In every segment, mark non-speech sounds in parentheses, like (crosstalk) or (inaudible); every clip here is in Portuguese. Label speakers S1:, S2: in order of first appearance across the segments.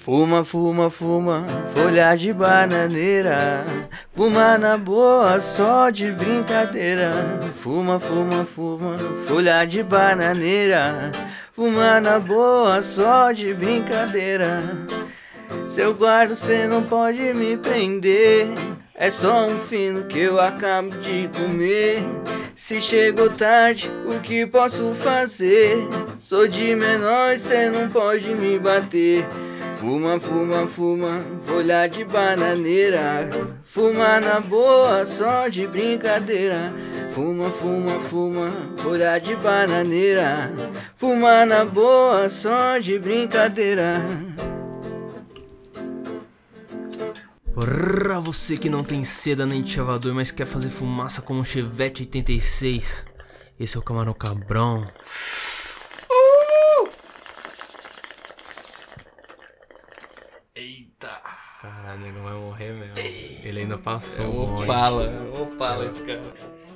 S1: Fuma, fuma, fuma, folha de bananeira. Fuma na boa, só de brincadeira. Fuma, fuma, fuma, folha de bananeira. Fuma na boa, só de brincadeira. Seu guarda, cê não pode me prender. É só um fino que eu acabo de comer. Se chegou tarde, o que posso fazer? Sou de menor e cê não pode me bater. Fuma, fuma, fuma, folha de bananeira. Fuma na boa, só de brincadeira. Fuma, fuma, fuma, folha de bananeira. Fuma na boa, só de brincadeira.
S2: Pra você que não tem seda nem de chavador, mas quer fazer fumaça como um Chevette 86, esse é o Camarão Cabrão.
S1: Eita!
S2: Caralho, nego vai morrer mesmo. Ele ainda passou.
S1: É
S2: um
S1: Opala esse cara.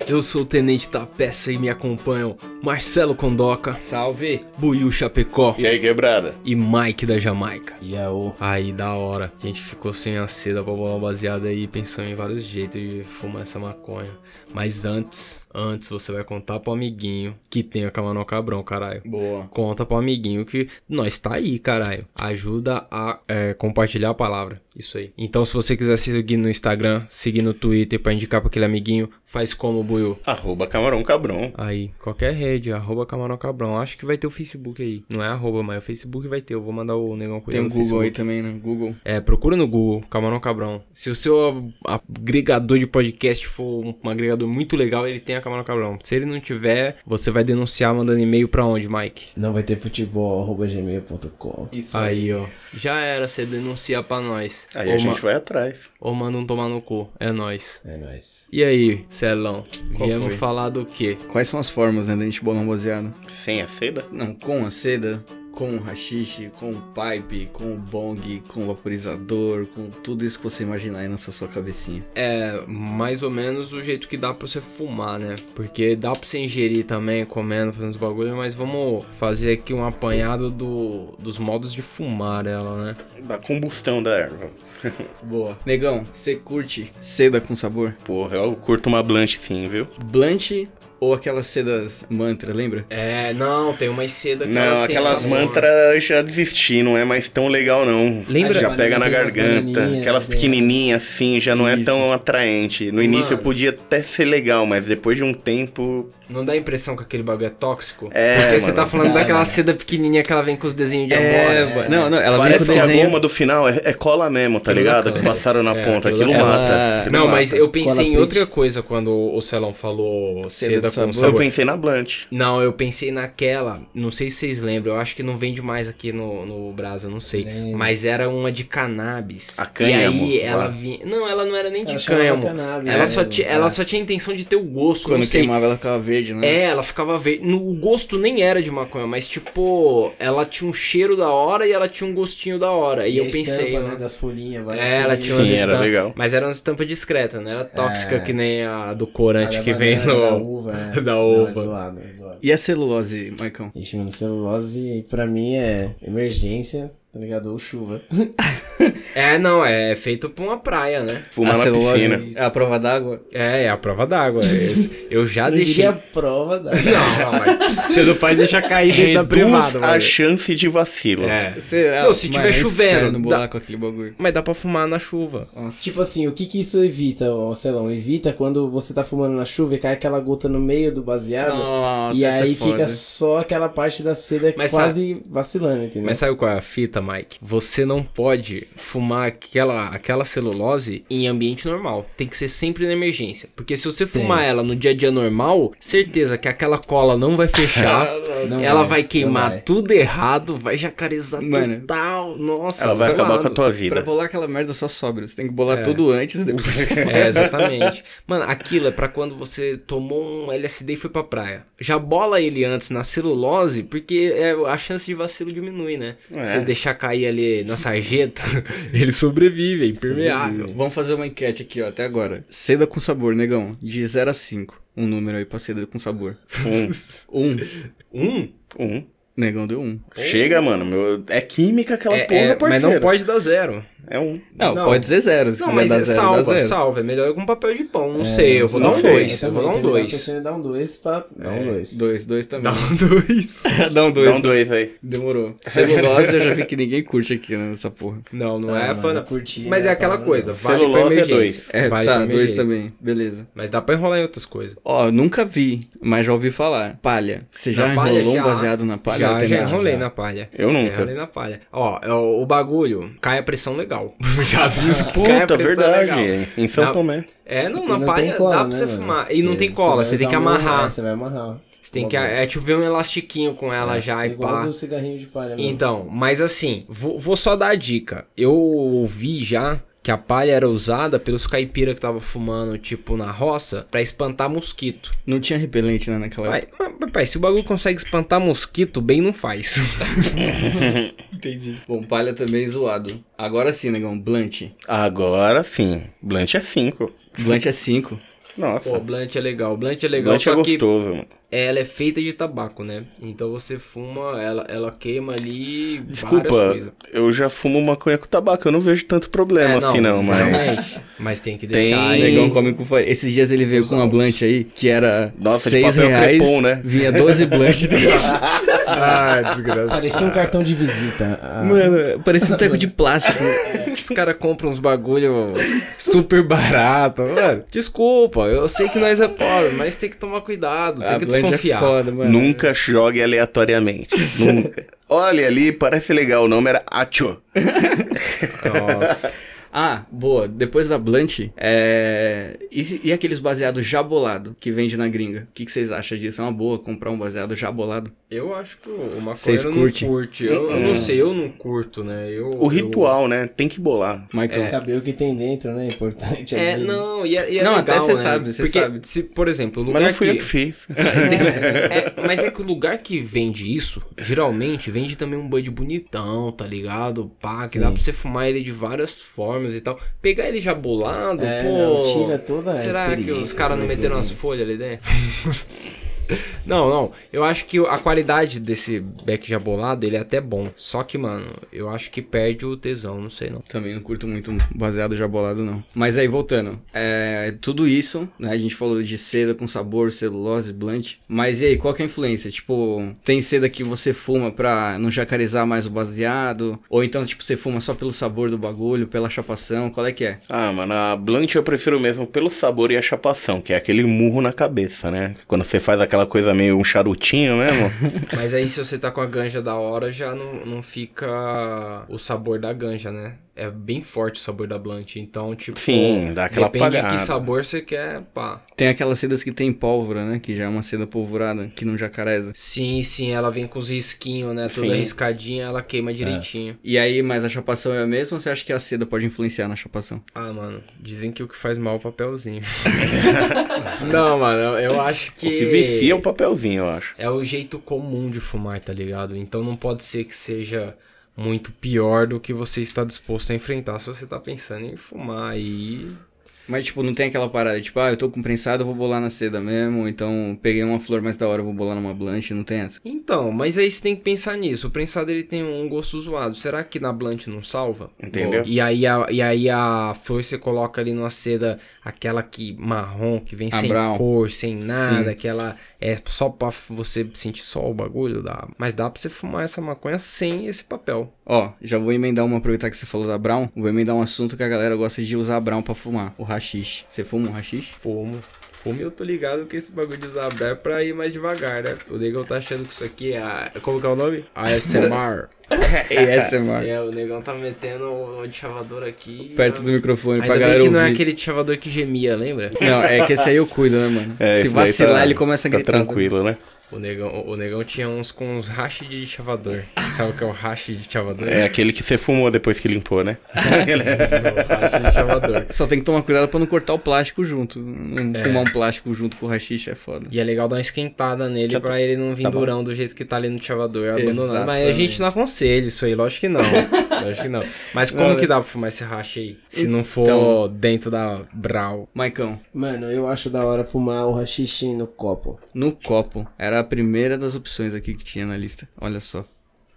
S2: Eu sou o Tenente da Peça e me acompanham Marcelo Condoca,
S1: Salve!
S2: Buiu Chapecó
S3: E aí, quebrada?
S2: e Mike da Jamaica.
S4: E a o
S2: Aí, da hora. A gente ficou sem a seda pra bolar baseada aí, pensando em vários jeitos de fumar essa maconha. Mas antes, antes você vai contar pro amiguinho que tem a Camarão Cabrão, caralho.
S1: Boa.
S2: Conta pro amiguinho que nós tá aí, caralho. Ajuda a é, compartilhar a palavra. Isso aí. Então, se você quiser se seguir no Instagram, seguir no Twitter pra indicar pra aquele amiguinho, faz como, Buiu?
S3: Arroba Camarão Cabrão.
S2: Aí, qualquer rede, arroba Camarão Cabrão. Acho que vai ter o Facebook aí. Não é arroba, mas o Facebook vai ter. Eu vou mandar o negão coisa
S1: Tem um
S2: no
S1: Google
S2: Facebook.
S1: aí também, né? Google.
S2: É, procura no Google, Camarão Cabrão. Se o seu a- agregador de podcast for um, um agregador muito legal, ele tem a Camarão Cabrão. Se ele não tiver, você vai denunciar mandando e-mail pra onde, Mike?
S4: Não vai ter futebol, arroba gmail.com.
S1: Isso
S2: Aí, ó. Já era, você denuncia pra nós.
S3: Aí
S2: ou,
S3: a gente
S2: ma-
S3: vai atrás.
S2: ou manda um tomar no cu. É nós.
S4: É nóis.
S2: E aí, Celão?
S1: Qual
S2: Viemos
S1: foi?
S2: falar do quê?
S1: Quais são as formas, né, da gente bolar um baseado?
S3: Sem a seda?
S1: Não, com a seda, com o rachixe, com o pipe, com o bong, com o vaporizador, com tudo isso que você imaginar aí nessa sua cabecinha.
S2: É mais ou menos o jeito que dá pra você fumar, né? Porque dá pra você ingerir também, comendo, fazendo os bagulho, mas vamos fazer aqui um apanhado do, dos modos de fumar ela, né?
S3: Da combustão da erva.
S1: Boa. Negão, você curte seda com sabor?
S3: Porra, eu curto uma blanche sim, viu?
S1: Blunt ou aquelas sedas mantra, lembra?
S2: É, não, tem uma seda que
S3: não,
S2: elas têm
S3: aquelas
S2: sabor.
S3: mantras já desisti, não é mais tão legal não.
S2: Lembra-
S3: Já pega na
S4: Tem umas
S3: garganta.
S4: pequenininhas,
S3: Aquelas
S4: é.
S3: pequenininhas assim, já não é tão atraente. No início
S2: Mano.
S3: podia até ser legal, mas depois de um tempo...
S2: Não dá a impressão que aquele bagulho é tóxico?
S3: É,
S2: Porque você tá
S3: mano.
S2: falando
S4: Não,
S2: daquela
S4: não.
S2: seda pequenininha que ela vem com os desenhos de amor.
S1: É,
S2: né?
S1: mano. Não, não, ela
S3: Parece
S1: vem
S3: que
S1: com o
S3: a
S1: desenho.
S3: goma do final é, é cola mesmo, tá
S2: Aquilo
S3: ligado?
S2: não
S3: Que
S2: cansa.
S3: passaram na
S2: É,
S3: ponta,
S2: aquilo
S3: aquilo
S2: não
S1: cansa.
S3: mata. aquilo
S2: Não, mas
S3: mata.
S2: eu pensei
S4: Cola
S2: em
S4: preta.
S2: outra coisa quando o Celão falou
S1: Seda
S2: seda,
S1: de
S2: com
S1: sabor.
S3: Eu
S2: sabor.
S3: pensei na blanche.
S2: Não, eu pensei naquela, não sei se vocês lembram, eu acho que não vende mais aqui no, no Brasa, não sei.
S4: Lembro.
S2: Mas era uma de cannabis.
S3: A cânhamo,
S2: E aí ela
S3: lá.
S2: vinha. Não, ela não era nem de
S4: Ela chamava
S2: cânhamo.
S4: cannabis
S2: Ela, só
S4: mesmo,
S2: ti-
S4: tá.
S3: É.
S2: ela só tinha a intenção de ter o gosto, não
S1: Quando
S2: sei.
S1: queimava ela ficava verde, né?
S2: É, ela ficava verde. O gosto nem era de maconha, mas tipo, ela tinha um cheiro da hora e ela tinha um gostinho da hora. E, eu
S4: a
S2: pensei.
S4: Estampa,
S2: né?
S4: né, das folhinhas, várias
S2: É, ela tinha
S4: folhinhas.
S2: umas
S3: Sim, era
S2: estampas.
S3: legal.
S2: Mas era uma estampa discreta, não era tóxica
S4: né? É.
S2: que nem a do corante
S4: A da
S2: que vem
S4: é banana,
S2: no.
S4: Da uva,
S2: (laughs)
S4: é.
S2: da
S4: Não, é
S2: uva.
S4: zoado, é zoado.
S1: E a celulose, Maicão?
S4: Ixi, mano, celulose pra mim é emergência, tá ligado? Ou chuva.
S2: É, não, é feito pra uma praia, né?
S3: Fumar
S1: a
S3: na
S1: celulose
S3: piscina.
S1: é a prova d'água?
S2: É, é a prova d'água. Esse- Eu já
S4: Eu
S2: deixei.
S4: diria a prova da.
S2: (laughs)
S4: (laughs)
S2: Não, não, mas você não pode deixar cair dentro
S4: É,
S2: da privada,
S3: Reduz a
S2: mano.
S3: chance de vacilo.
S2: É.
S1: Será?
S2: Não, se tiver
S1: Mas é
S2: chovendo,
S1: inferno
S2: dá-
S1: bolar com aquele bagulho.
S2: Mas dá pra fumar na chuva.
S1: Nossa.
S4: Tipo assim, o que que isso evita, ô Celão? Evita quando você tá fumando na chuva e cai aquela gota no meio do baseado.
S1: Nossa,
S4: e
S1: essa é
S4: aí
S1: foda.
S4: fica assim, só aquela parte da seda
S2: Mas
S4: quase vacilando, entendeu?
S2: Mas sabe qual é a fita, Mike? Você não pode fumar aquela, aquela celulose em ambiente normal. Tem que ser sempre na emergência. Porque se você fumar ela no dia a dia normal, certeza que aquela cola não vai
S3: (laughs)
S2: fechar.
S4: Não
S2: ela vai,
S4: vai
S2: queimar
S4: não vai.
S2: tudo errado, vai jacarezar
S1: Mano,
S2: total. Nossa, tá
S3: Ela vai
S2: zoado.
S3: acabar com a tua
S1: Pra
S3: vida.
S1: bolar aquela merda só sobra. Você tem que bolar
S2: É.
S1: tudo antes e depois. (laughs)
S2: É, exatamente. Mano, aquilo é pra quando você tomou um LSD e foi pra praia. Já bola ele antes na celulose, porque é, a chance de vacilo diminui, né?
S3: É.
S2: Você deixar cair ali na sarjeta, (laughs) ele sobrevive, é impermeável.
S1: Ah, Vamos fazer uma enquete aqui, ó, até agora. Seda com sabor, negão. De 0 a 5. Um número aí pra seda com sabor.
S3: Um.
S1: Um.
S3: Um.
S1: Negão deu um.
S3: Chega, mano. meu- É química aquela
S2: É,
S3: porra,
S2: é, mas
S3: parceiro.
S2: não pode dar zero.
S3: É um.
S1: Não,
S2: Não.
S1: pode ser zero. Se
S2: Não,
S1: quiser
S2: mas
S1: dar
S2: é
S1: zero, dá
S2: salva,
S1: zero. É,
S2: salva. É melhor com papel de pão. Não sei, eu vou dar um
S3: não sei.
S4: é
S2: dois. Eu vou dar um dois. É.
S4: dar um dois pra... Dá um dois.
S1: Dois, dois também.
S2: Dá um
S4: né?
S2: dois.
S1: (laughs)
S2: né?
S1: Dá um dois.
S3: Dá um dois aí.
S1: Demorou. Celulose eu já vi que ninguém curte aqui né, nessa porra.
S2: Não, não
S4: Ah,
S2: é
S4: mano,
S2: fã.
S4: eu curti,
S2: mas
S4: né,
S2: é aquela
S4: tá,
S2: coisa, vale pra
S3: Celulose é
S2: emergência.
S1: É,
S2: vale
S1: tá,
S2: pra
S1: dois
S2: emergência.
S1: também. Beleza.
S2: Mas dá pra enrolar em outras coisas.
S1: Ó, nunca vi, mas já ouvi falar. Palha. Você já
S2: Na palha,
S1: enrolou
S2: já.
S1: um baseado na palha?
S2: Já,
S1: Eu
S2: já
S1: também
S2: enrolei na palha.
S3: Eu
S2: Já
S3: nunca.
S2: Enrolei na palha. Ó, é o, o bagulho cai a pressão (laughs) legal. já vi os que cai a
S3: Puta,
S2: pressão
S3: verdade.
S2: legal.
S3: Em São
S2: Não.
S3: Tomé.
S2: É, não,
S4: E
S2: na palha dá pra você
S4: né, mano?
S2: fumar. E não
S4: Cê-
S2: tem cola,
S4: vai
S2: você tem
S4: usar
S2: que
S4: o mesmo-
S2: amarrar.
S4: é, Você vai amarrar.
S2: Você tem que.
S4: Bagulho.
S2: É tipo ver um elastiquinho com ela já e
S4: Igual
S2: pá.
S4: do cigarrinho de palha, mano.
S2: Então, mas assim, vou, vou só dar a dica. Eu ouvi já que a palha era usada pelos caipira que tava fumando, tipo, na roça, pra espantar mosquito.
S1: Não tinha repelente né, naquela
S2: Pai, mas, pai, se o bagulho consegue espantar mosquito, bem não faz.
S1: Entendi. Bom, palha também é zoado. Agora sim, negão. Blunt.
S3: Agora sim. Blunt é 5.
S1: Blunt é 5.
S2: (laughs)
S3: Nossa.
S2: Pô, blunt é legal, blunt é legal,
S3: Blunt é
S2: só que
S3: gostoso, mano.
S2: ela é feita de tabaco, né? Então você fuma, ela, ela queima ali várias
S3: Desculpa,
S2: coisas. É,
S3: eu já fumo maconha com tabaco, eu não vejo tanto problema assim não, mas...
S2: exatamente. Mas tem que
S3: Tem-
S2: deixar.
S1: O
S2: aí.
S1: negão come com farinha. Esses dias ele veio com uma blunt aí, que era
S3: Nossa, de
S1: 6
S3: papel
S1: reais.
S3: crepom, né?
S1: Vinha 12
S2: (laughs)
S1: blunt dentro.
S2: (laughs) Ah, desgraça.
S4: Parecia um cartão de visita. Ah,
S1: Mano, parecia um teco de plástico.
S2: um- Os caras compram uns bagulho super barato. Mano, desculpa, eu sei que nós é pobre, mas tem que tomar cuidado, tem
S1: A
S2: que
S1: blunt
S2: desconfiar.
S1: é foda, mano.
S3: Nunca jogue aleatoriamente,
S2: (laughs)
S3: nunca. Olha ali, parece legal, o nome era Acho.
S2: Nossa.
S1: Ah, boa. Depois da Blunt, é... e, se- e aqueles baseados jabolado que vende na gringa? O que, que vocês acham disso? É uma boa comprar um baseado jabolado?
S2: Eu acho que uma
S1: Vocês
S2: coisa eu
S1: curte?
S2: não curte. Eu, eu não sei, eu não curto, né? Eu,
S3: O ritual, né, tem que bolar.
S1: Michael.
S4: Saber o que tem dentro, né? É importante. às
S2: É,
S4: vezes.
S2: não, e é, e é
S1: é. Não,
S2: legal,
S1: até você
S2: né?
S1: sabe, você
S2: Porque
S1: sabe.
S2: Se, por exemplo, o lugar
S3: Mas não fui
S2: que...
S3: eu que fiz.
S2: (laughs) É, mas é que o lugar que vende isso, geralmente vende também um bud bonitão, tá ligado? Pá, que dá
S4: Sim.
S2: pra você fumar ele de várias formas e tal. Pegar ele já bolado,
S4: É,
S2: pô.
S4: não, tira toda a
S2: Será que
S4: experiência
S2: os
S4: que
S2: caras
S4: você
S2: não
S4: vai
S2: meteram
S4: ter,
S2: as
S4: né?
S2: folhas ali dentro? (laughs) Não, não. Eu acho que a qualidade desse beck já bolado, ele é até bom. Só que, mano, eu acho que perde o tesão, não sei não.
S1: Também não curto muito um baseado jabolado, não. Mas aí, voltando. É, tudo isso, né? A gente falou de seda com sabor, celulose, blunt. Mas e aí, qual que é a influência? Tipo, tem seda que você fuma pra não jacarezar mais o baseado? Ou então, tipo, você fuma só pelo sabor do bagulho, pela chapação? Qual é que é?
S3: (laughs) Ah, mano, a Blunt eu prefiro mesmo pelo sabor e a chapação, que é aquele murro na cabeça, né? Quando você faz aquela coisa meio um
S2: (laughs)
S3: charutinho mesmo.
S2: Mas aí se você tá com a ganja da hora, já não, não fica o sabor da ganja, né? É bem forte o sabor da blunt, então, tipo...
S3: Sim, dá aquela
S2: Depende
S3: apagada.
S2: de que sabor você quer, pá.
S1: Tem aquelas sedas que tem pólvora, né? Que já é uma seda polvorada, que não jacareza.
S2: Sim, sim, ela vem com os risquinhos, né? Toda
S3: Sim. É.
S2: riscadinha, ela queima direitinho.
S1: E aí, mas a chapação é a mesma ou você acha que a seda pode influenciar na chapação?
S2: Ah, mano, dizem que o que faz mal é o papelzinho. (laughs) não, mano, eu acho que...
S3: O que vicia é o papelzinho, eu acho.
S2: É o jeito comum de fumar, tá ligado? Então não pode ser que seja muito pior do que você está disposto a enfrentar se você tá pensando em fumar aí.
S1: Mas, tipo, não tem aquela parada, tipo, ah, eu tô com prensado, eu vou bolar na seda mesmo, ou então peguei uma flor mais da hora, eu vou bolar numa blanche, não tem essa?
S2: Então, mas aí você tem que pensar nisso. O prensado ele tem um gosto zoado. Será que na blunt não salva?
S3: Entendeu?
S2: E aí a, e aí a flor você coloca ali numa seda, aquela que marrom, que vem
S1: A
S2: sem
S1: Ah, brown.
S2: cor, sem nada, que ela é só pra você sentir só o bagulho. Dá. Mas dá pra você fumar essa maconha sem esse papel.
S1: Ó, já vou emendar uma, aproveitar que você falou da brown, vou emendar um assunto que a galera gosta de usar a brown pra fumar, o rachixe. Você fuma um rachixe?
S2: Fumo. Fumo e eu tô ligado que esse bagulho de usar aberto é pra ir mais devagar, né? O negão tá achando que isso aqui é. A... Como que é o nome?
S1: (laughs)
S2: ASMR.
S1: ASMR.
S2: é, o negão tá metendo o de chavador aqui.
S1: Perto do microfone
S2: Ainda
S1: pra
S2: bem
S1: galera
S2: que
S1: ouvir.
S2: não é aquele chavador que gemia, lembra?
S1: Não, é que esse aí eu cuido, né, mano?
S3: É,
S1: Se
S3: isso daí
S1: vacilar,
S3: tá-
S1: ele começa a
S3: tá
S1: gritar.
S3: tranquilo, né?
S2: O negão, o negão tinha uns com uns hash de chavador. Sabe o que é o hash de chavador?
S3: É aquele que você fumou depois que
S2: (laughs)
S3: limpou, né?
S2: hash de chavador.
S1: Só tem que tomar cuidado pra não cortar o plástico junto. Não
S2: É.
S1: fumar um plástico junto com o rachixe é foda.
S2: E é legal dar uma esquentada nele pra ele não vir durão do jeito que tá ali no chavador abandonado. Mas a
S1: Exatamente.
S2: gente não conselho isso aí, lógico que não. lógico que não. Mas como que dá pra fumar esse racha aí? Se não for dentro da Brau.
S1: Maicão,
S4: Mano, eu acho da hora fumar o rachixe no copo.
S1: no copo. Era a primeira das opções aqui que tinha na lista. Olha só.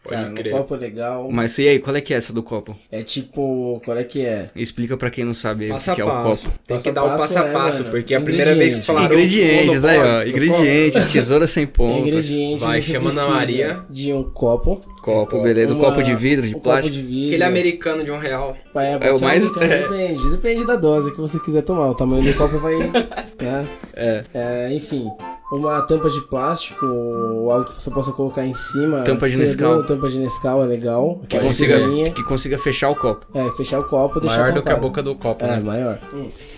S2: Pode
S4: Cara,
S2: crer.
S4: no copo é legal.
S1: Mas e aí, qual é que é essa do copo?
S4: É tipo, qual é que é?
S1: Explica pra quem não sabe aí o
S2: Passo
S1: que
S2: a
S1: que é o
S2: passo.
S1: copo.
S2: Tem
S4: Passo
S2: que
S4: a
S2: dar o
S4: passo,
S2: passo a
S4: é,
S2: passo,
S4: mano.
S2: porque é a primeira vez que falaram
S1: Ingredientes, aí, ó.
S2: monopólio.
S1: Ingredientes,
S2: (laughs)
S1: tesoura sem ponta.
S4: Ingredientes
S2: Vai,
S4: você
S2: chama
S4: precisa
S2: Ana Maria.
S4: de um copo.
S1: Copo, beleza. O
S4: uma-
S1: copo de vidro, de
S4: um
S1: plástico.
S4: Copo de vidro.
S2: Aquele americano de um real.
S4: É,
S1: É o
S4: o
S1: mais-
S4: mais... Depende, depende da dose que você quiser tomar. O tamanho do copo vai. né? É, Enfim, uma tampa de plástico ou algo que você possa colocar em cima.
S1: Tampa de
S4: Seridão,
S1: Nescau.
S4: Tampa de Nescau é legal.
S1: Que
S4: Aquela
S1: consiga,
S4: figurinha.
S1: que consiga fechar o copo.
S4: É, fechar o copo e deixar
S2: Maior do que a
S4: tampado.
S2: boca do copo,
S4: É,
S2: né?
S4: maior.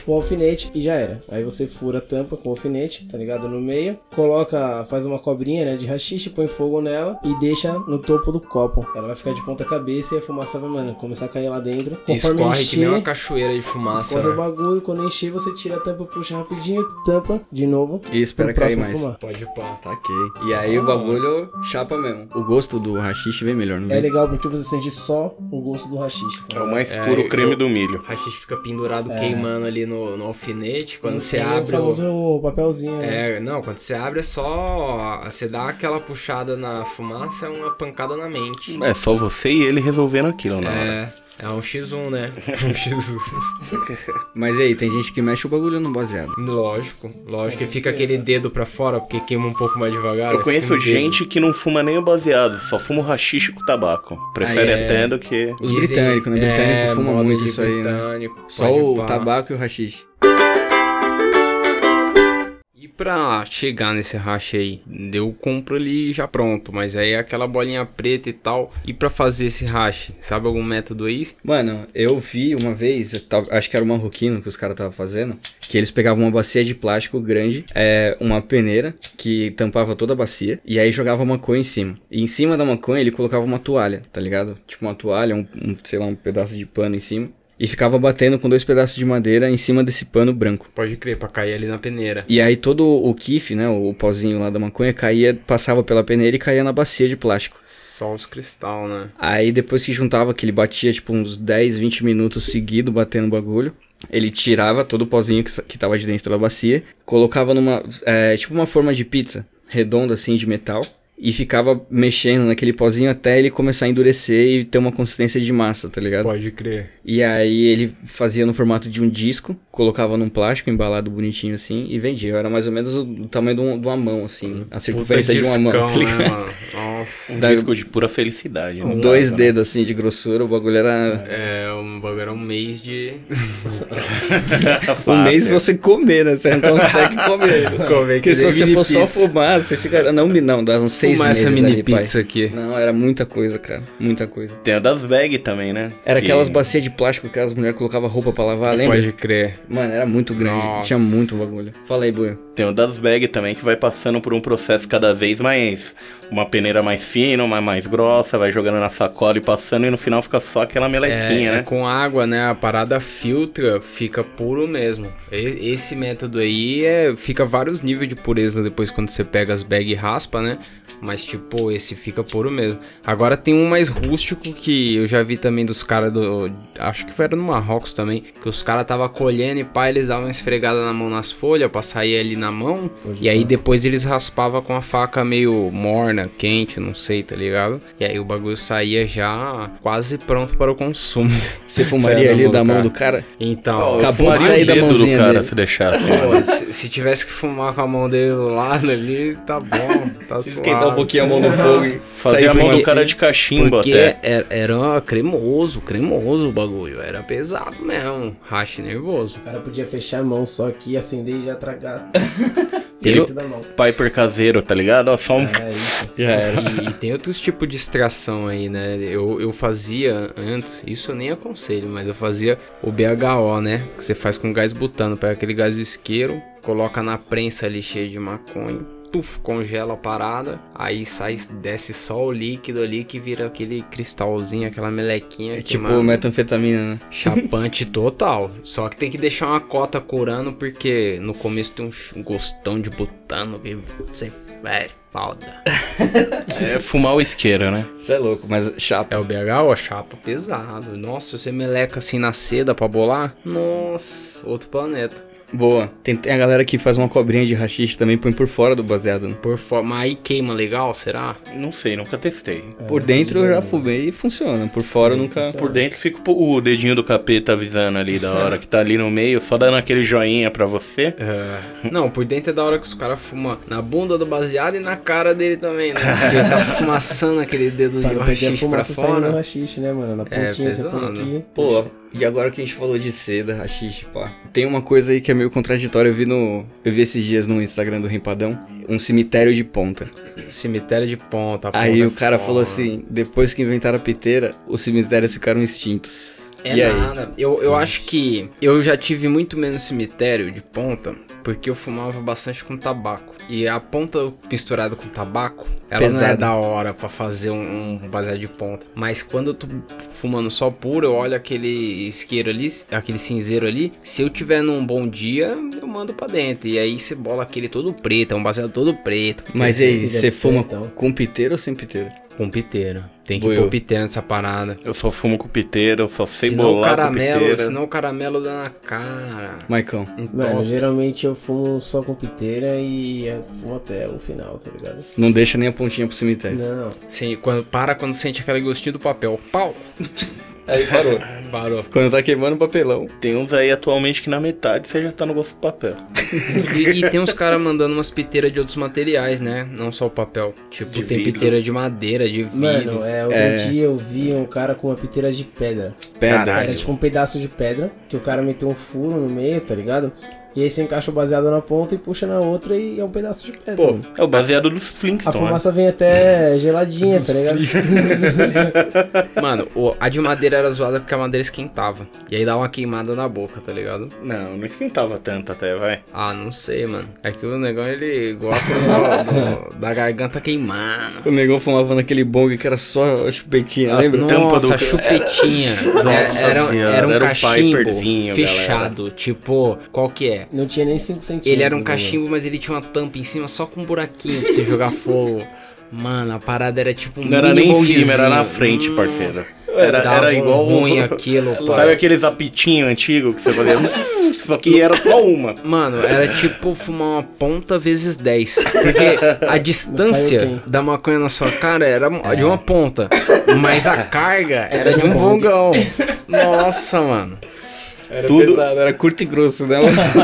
S4: Com alfinete e já era. Aí você fura a tampa com o alfinete, tá ligado? No meio. Coloca, faz uma cobrinha, né, de rachixe, põe fogo nela e deixa no topo do copo. Ela vai ficar de ponta cabeça e a fumaça vai, mano, começar a cair lá dentro.
S2: E
S4: Conforme
S2: Escorre que nem
S4: encher,
S2: uma cachoeira de fumaça,
S4: escorre o
S2: né?
S4: bagulho. Quando encher, você tira a tampa, puxa rapidinho, tampa de novo.
S1: E espera
S4: pro
S1: cair
S4: próximo
S1: mais.
S4: fumar. Ah.
S2: Pode pôr. tá?
S1: Taquei. E aí o bagulho chapa mesmo. O gosto do rachixe vem melhor, não
S4: É
S1: vem?
S4: legal porque você sente só o gosto do rachixe. tá
S3: É o
S4: ligado?
S3: mais
S2: É,
S3: puro
S2: eu-
S3: creme do milho.
S2: O rachixe fica pendurado,
S1: É.
S2: queimando ali no, no alfinete. Quando
S4: Não
S2: você
S4: tem
S2: abre
S4: é O
S2: o...
S4: famoso papelzinho, né?
S2: É, não, quando você abre é só. Você dá aquela puxada na fumaça, é uma pancada na mente.
S3: É só você e ele resolvendo aquilo, né?
S2: É, é um X1, (laughs) né? Um X1.
S1: Mas e aí, tem gente que mexe o bagulho no baseado.
S2: Lógico, lógico. E fica aquele dedo pra fora, porque queima um pouco mais devagar. um
S3: Eu conheço
S2: gente
S3: gente que não fuma nem o baseado, só fuma o rachixe com tabaco. Prefere
S1: Ah, é.
S3: até do que.
S1: Os britânicos, né?
S2: É,
S1: Britânico fuma muito isso aí, né?
S2: né?
S1: Só o tabaco e o rachixe.
S5: E pra chegar nesse racha aí, eu compro ele já pronto, mas aí é aquela bolinha preta e tal. E pra fazer esse racha, sabe algum método aí?
S1: Mano, eu vi uma vez, eu tava- acho que era o marroquino que os caras estavam fazendo, que eles pegavam uma bacia de plástico grande, é, uma peneira que tampava toda a bacia, e aí jogava maconha em cima. E em cima da maconha ele colocava uma toalha, tá ligado? Tipo uma toalha, um, um, sei lá, um pedaço de pano em cima. E ficava batendo com dois pedaços de madeira em cima desse pano branco.
S5: Pode crer, pra cair ali na peneira.
S1: E aí todo o kiff, né, o pozinho lá da maconha, caía, passava pela peneira e caía na bacia de plástico.
S5: Só os cristal, né?
S1: Aí depois que juntava, que ele batia tipo uns 10, 20 minutos seguido batendo o bagulho, ele tirava todo o pozinho que, sa- que tava de dentro da bacia, colocava numa, é, tipo uma forma de pizza, redonda assim, de metal, e ficava mexendo naquele pozinho até ele começar a endurecer e ter uma consistência de massa, tá ligado?
S2: Pode crer.
S1: E aí ele fazia no formato de um disco, colocava num plástico embalado bonitinho assim e vendia. Era mais ou menos o tamanho de, um- de uma mão, assim. A circunferência de uma mão, tá ligado?
S5: né, mano? Nossa.
S3: Um
S1: Da-
S3: disco de pura felicidade. né?
S1: Dois
S3: (laughs)
S1: dedos assim de grossura, o bagulho era.
S5: É, o bagulho era um mês de.
S1: Um mês você comer, né? Você arrancar uns (laughs) packs e comer.
S2: Comer
S1: Porque
S2: que
S1: se
S2: nem
S1: você
S2: mini
S1: for só
S2: pizza.
S1: fumar, você fica. Não, mi- não, dá uns seis
S5: Fumar
S1: meses.
S5: essa mini
S1: ali, pai.
S5: pizza aqui.
S1: Não, era muita coisa, cara. Muita coisa.
S3: Tem a das bag também, né?
S1: Era
S3: Que-
S1: aquelas bacias de plástico que as mulheres colocavam roupa pra lavar, lembra?
S2: Pode crer.
S1: Mano, era muito grande.
S5: Nossa.
S1: Tinha muito bagulho. Fala aí, Buio.
S3: Tem o das bag também que vai passando por um processo cada vez mais. Uma peneira mais fina, uma mais grossa, vai jogando na sacola e passando e no final fica só aquela melequinha,
S2: É,
S3: né?
S2: é com água, né? A parada filtra, fica puro mesmo. E- Esse método aí é, fica vários níveis de pureza depois quando você pega as bag e raspa, né? Mas tipo, esse fica puro mesmo. Agora tem um mais rústico que eu já vi também dos caras do. Acho que foi era no Marrocos também. Que os caras tava colhendo e pá, eles davam uma esfregada na mão nas folhas pra sair ali na mão.
S4: Pode
S2: E aí
S4: crer.
S2: depois eles raspavam com a faca meio morna, quente, não sei, tá ligado? E aí o bagulho saía já quase pronto para o consumo. (laughs)
S1: Você (laughs)
S2: Saia
S1: fumaria
S2: na
S1: ali
S2: mão
S1: da
S2: do
S1: mão
S2: cara.
S1: do cara?
S2: Então,
S1: Acabou de
S3: Eu fumaria
S1: sair
S3: o
S1: da
S3: dedo
S1: mãozinha
S3: do cara
S1: dele.
S3: se assim. deixasse.
S1: (laughs)
S2: pô, se, se tivesse que fumar com a mão dele do lado ali, tá bom, tá suave.
S1: um
S3: um
S1: a mão no (laughs) fogo e
S3: Fazer a mão do cara
S1: tipo,
S3: de cachimbo
S2: Porque
S3: até.
S2: era, era cremoso, cremoso o bagulho. Era pesado mesmo. Rache nervoso.
S4: O cara podia fechar a mão só aqui, acender e
S2: (laughs)
S4: já tragar
S2: Tem,
S4: dentro
S2: um-
S4: da mão.
S3: Piper caseiro, tá ligado? Ó, só um.
S4: É
S2: (laughs)
S4: isso.
S1: Já era.
S2: e, e tem outros tipos de extração aí, né? Eu, eu fazia antes, isso eu nem aconselho, mas eu fazia o BHO, né? Que você faz com gás butano. Pega aquele gás do isqueiro, coloca na prensa ali cheio de maconha. Tuf, congela a parada, aí sai, desce só o líquido ali que vira aquele cristalzinho, aquela melequinha.
S1: É
S2: que,
S1: tipo
S2: mano,
S1: metanfetamina, né?
S2: Chapante total. Só que tem que deixar uma cota curando, porque no começo tem um ch- um gostão de butano que você É foda.
S3: (laughs) É fumar o isqueiro, né?
S1: Você é louco, mas chapa.
S2: É o BH ou a chapa? Pesado. Nossa, você meleca assim na seda pra bolar? Nossa, outro planeta.
S1: Boa. Tem, tem a galera que faz uma cobrinha de rachixe também, põe por fora do baseado. né?
S2: Por forma, aí queima legal, será?
S3: Não sei, nunca testei.
S4: É,
S1: Por dentro eu já
S4: né?
S1: fumei e funciona. Por fora eu nunca.
S3: Por dentro fica o dedinho do capeta avisando ali da hora que tá ali no meio, só dando aquele joinha pra você.
S2: É. Não, por dentro é da hora que os caras fumam na bunda do baseado e na cara dele também, né? Porque ele tá fumaçando aquele dedo
S4: Pra
S2: de
S4: não perder a
S2: rachixe um pra
S4: fumaça saindo do
S2: fora. É,
S4: rachixe, né, mano? Na pontinha você põe
S2: pesado.
S4: aqui.
S1: Pô, e agora que a gente falou de seda, rachixe, pá. Tem uma coisa aí que é meio contraditória. Eu vi no. Eu vi esses dias no Instagram do Rimpadão. Um cemitério de ponta.
S2: Cemitério de ponta. a
S1: Aí
S2: ponta é
S1: o cara
S2: fora.
S1: falou assim: depois que inventaram a piteira, os cemitérios ficaram extintos.
S2: É
S1: e aí?
S2: nada. Eu, eu acho que eu já tive muito menos cemitério de ponta, porque eu fumava bastante com tabaco. E a ponta misturada com tabaco, ela não é
S1: Pesado.
S2: da hora pra fazer um, um baseado de ponta. Mas quando eu tô fumando só puro, eu olho aquele isqueiro ali, aquele cinzeiro ali. Se eu tiver num bom dia, eu mando pra dentro. E aí você bola aquele todo preto, é um baseado todo preto.
S1: Mas e aí,
S4: Filha
S1: você
S4: do
S1: fuma
S4: céu, então.
S1: com piteira ou sem piteira?
S2: Com piteira. Tem que
S1: Boiou.
S2: pôr piteira nessa parada.
S3: Eu só fumo com piteira, eu só sei
S2: Senão o
S3: bolar com
S2: caramelo,
S3: piteira.
S2: senão o caramelo dá na cara.
S1: Maicão.
S4: Mano,
S2: Então,
S4: geralmente eu fumo só com piteira e eh, fumo até o final, tá ligado?
S1: Não deixa nem a pontinha pro cemitério.
S4: Não,
S2: É. Sim, assim, quando, para quando sente aquele gostinho do papel. Pau!
S1: Aí parou.
S2: Parou.
S1: (laughs) Quando tá queimando o papelão.
S3: Tem uns aí atualmente que na metade você já tá no gosto do papel.
S2: E, e tem uns caras mandando umas piteiras de outros materiais, né? Não só o papel. Tipo,
S3: De
S2: tem
S3: vidro.
S2: piteira de madeira, de vidro.
S4: mano, é, outro
S1: É.
S4: dia eu vi um cara com uma piteira de pedra.
S1: Pedra.
S4: Era tipo um pedaço de pedra que o cara meteu um furo no meio, tá ligado? E aí você encaixa o baseado na ponta e puxa na outra e é um pedaço de pedra.
S2: Pô,
S4: mano.
S3: É o baseado dos
S4: a
S3: Flintstones.
S4: fumaça
S2: (laughs)
S4: vem até geladinha, tá ligado?
S2: Mano, o- a de madeira era zoada porque a madeira esquentava. E aí dá uma queimada na boca, tá ligado?
S3: Não, não esquentava tanto até, vai.
S2: Ah, não sei, mano. É que o negão, ele gosta do- do- da garganta queimando.
S1: O negão fumava naquele bong que era só a chupetinha, lembra?
S3: tampa
S2: Nossa,
S3: do-
S2: a chupetinha.
S3: (laughs) Nossa
S2: É, era,
S3: senhora,
S2: era um
S3: era um
S2: cachimbo
S3: Piperzinho,
S2: fechado. Tipo, qual que é?
S4: (laughs) Não tinha nem 5 centímetros.
S2: Ele era um
S4: né,
S2: cachimbo, mas ele tinha uma tampa em cima só com um buraquinho pra você jogar fogo. Mano, a parada era tipo um
S3: Não era
S2: mini
S3: nem em cima, era na
S2: bonguezinho.
S3: frente,
S2: Hum,
S3: parceiro. Era,
S2: dava
S3: era
S2: um
S3: igual um- (laughs)
S2: ruim aquilo,
S3: Sabe
S2: pai.
S3: aqueles apitinhos antigos que você
S2: (laughs)
S3: fazia? Só que era só uma.
S2: Mano, era tipo fumar uma ponta vezes 10. Porque
S3: (laughs)
S2: a distância
S4: tem.
S2: da maconha na sua cara era de
S3: É.
S2: uma ponta. Mas a
S3: (laughs)
S2: carga era de um bongão. Nossa, mano.
S1: Era
S3: Tudo-
S1: pesado, era curto e grosso, né?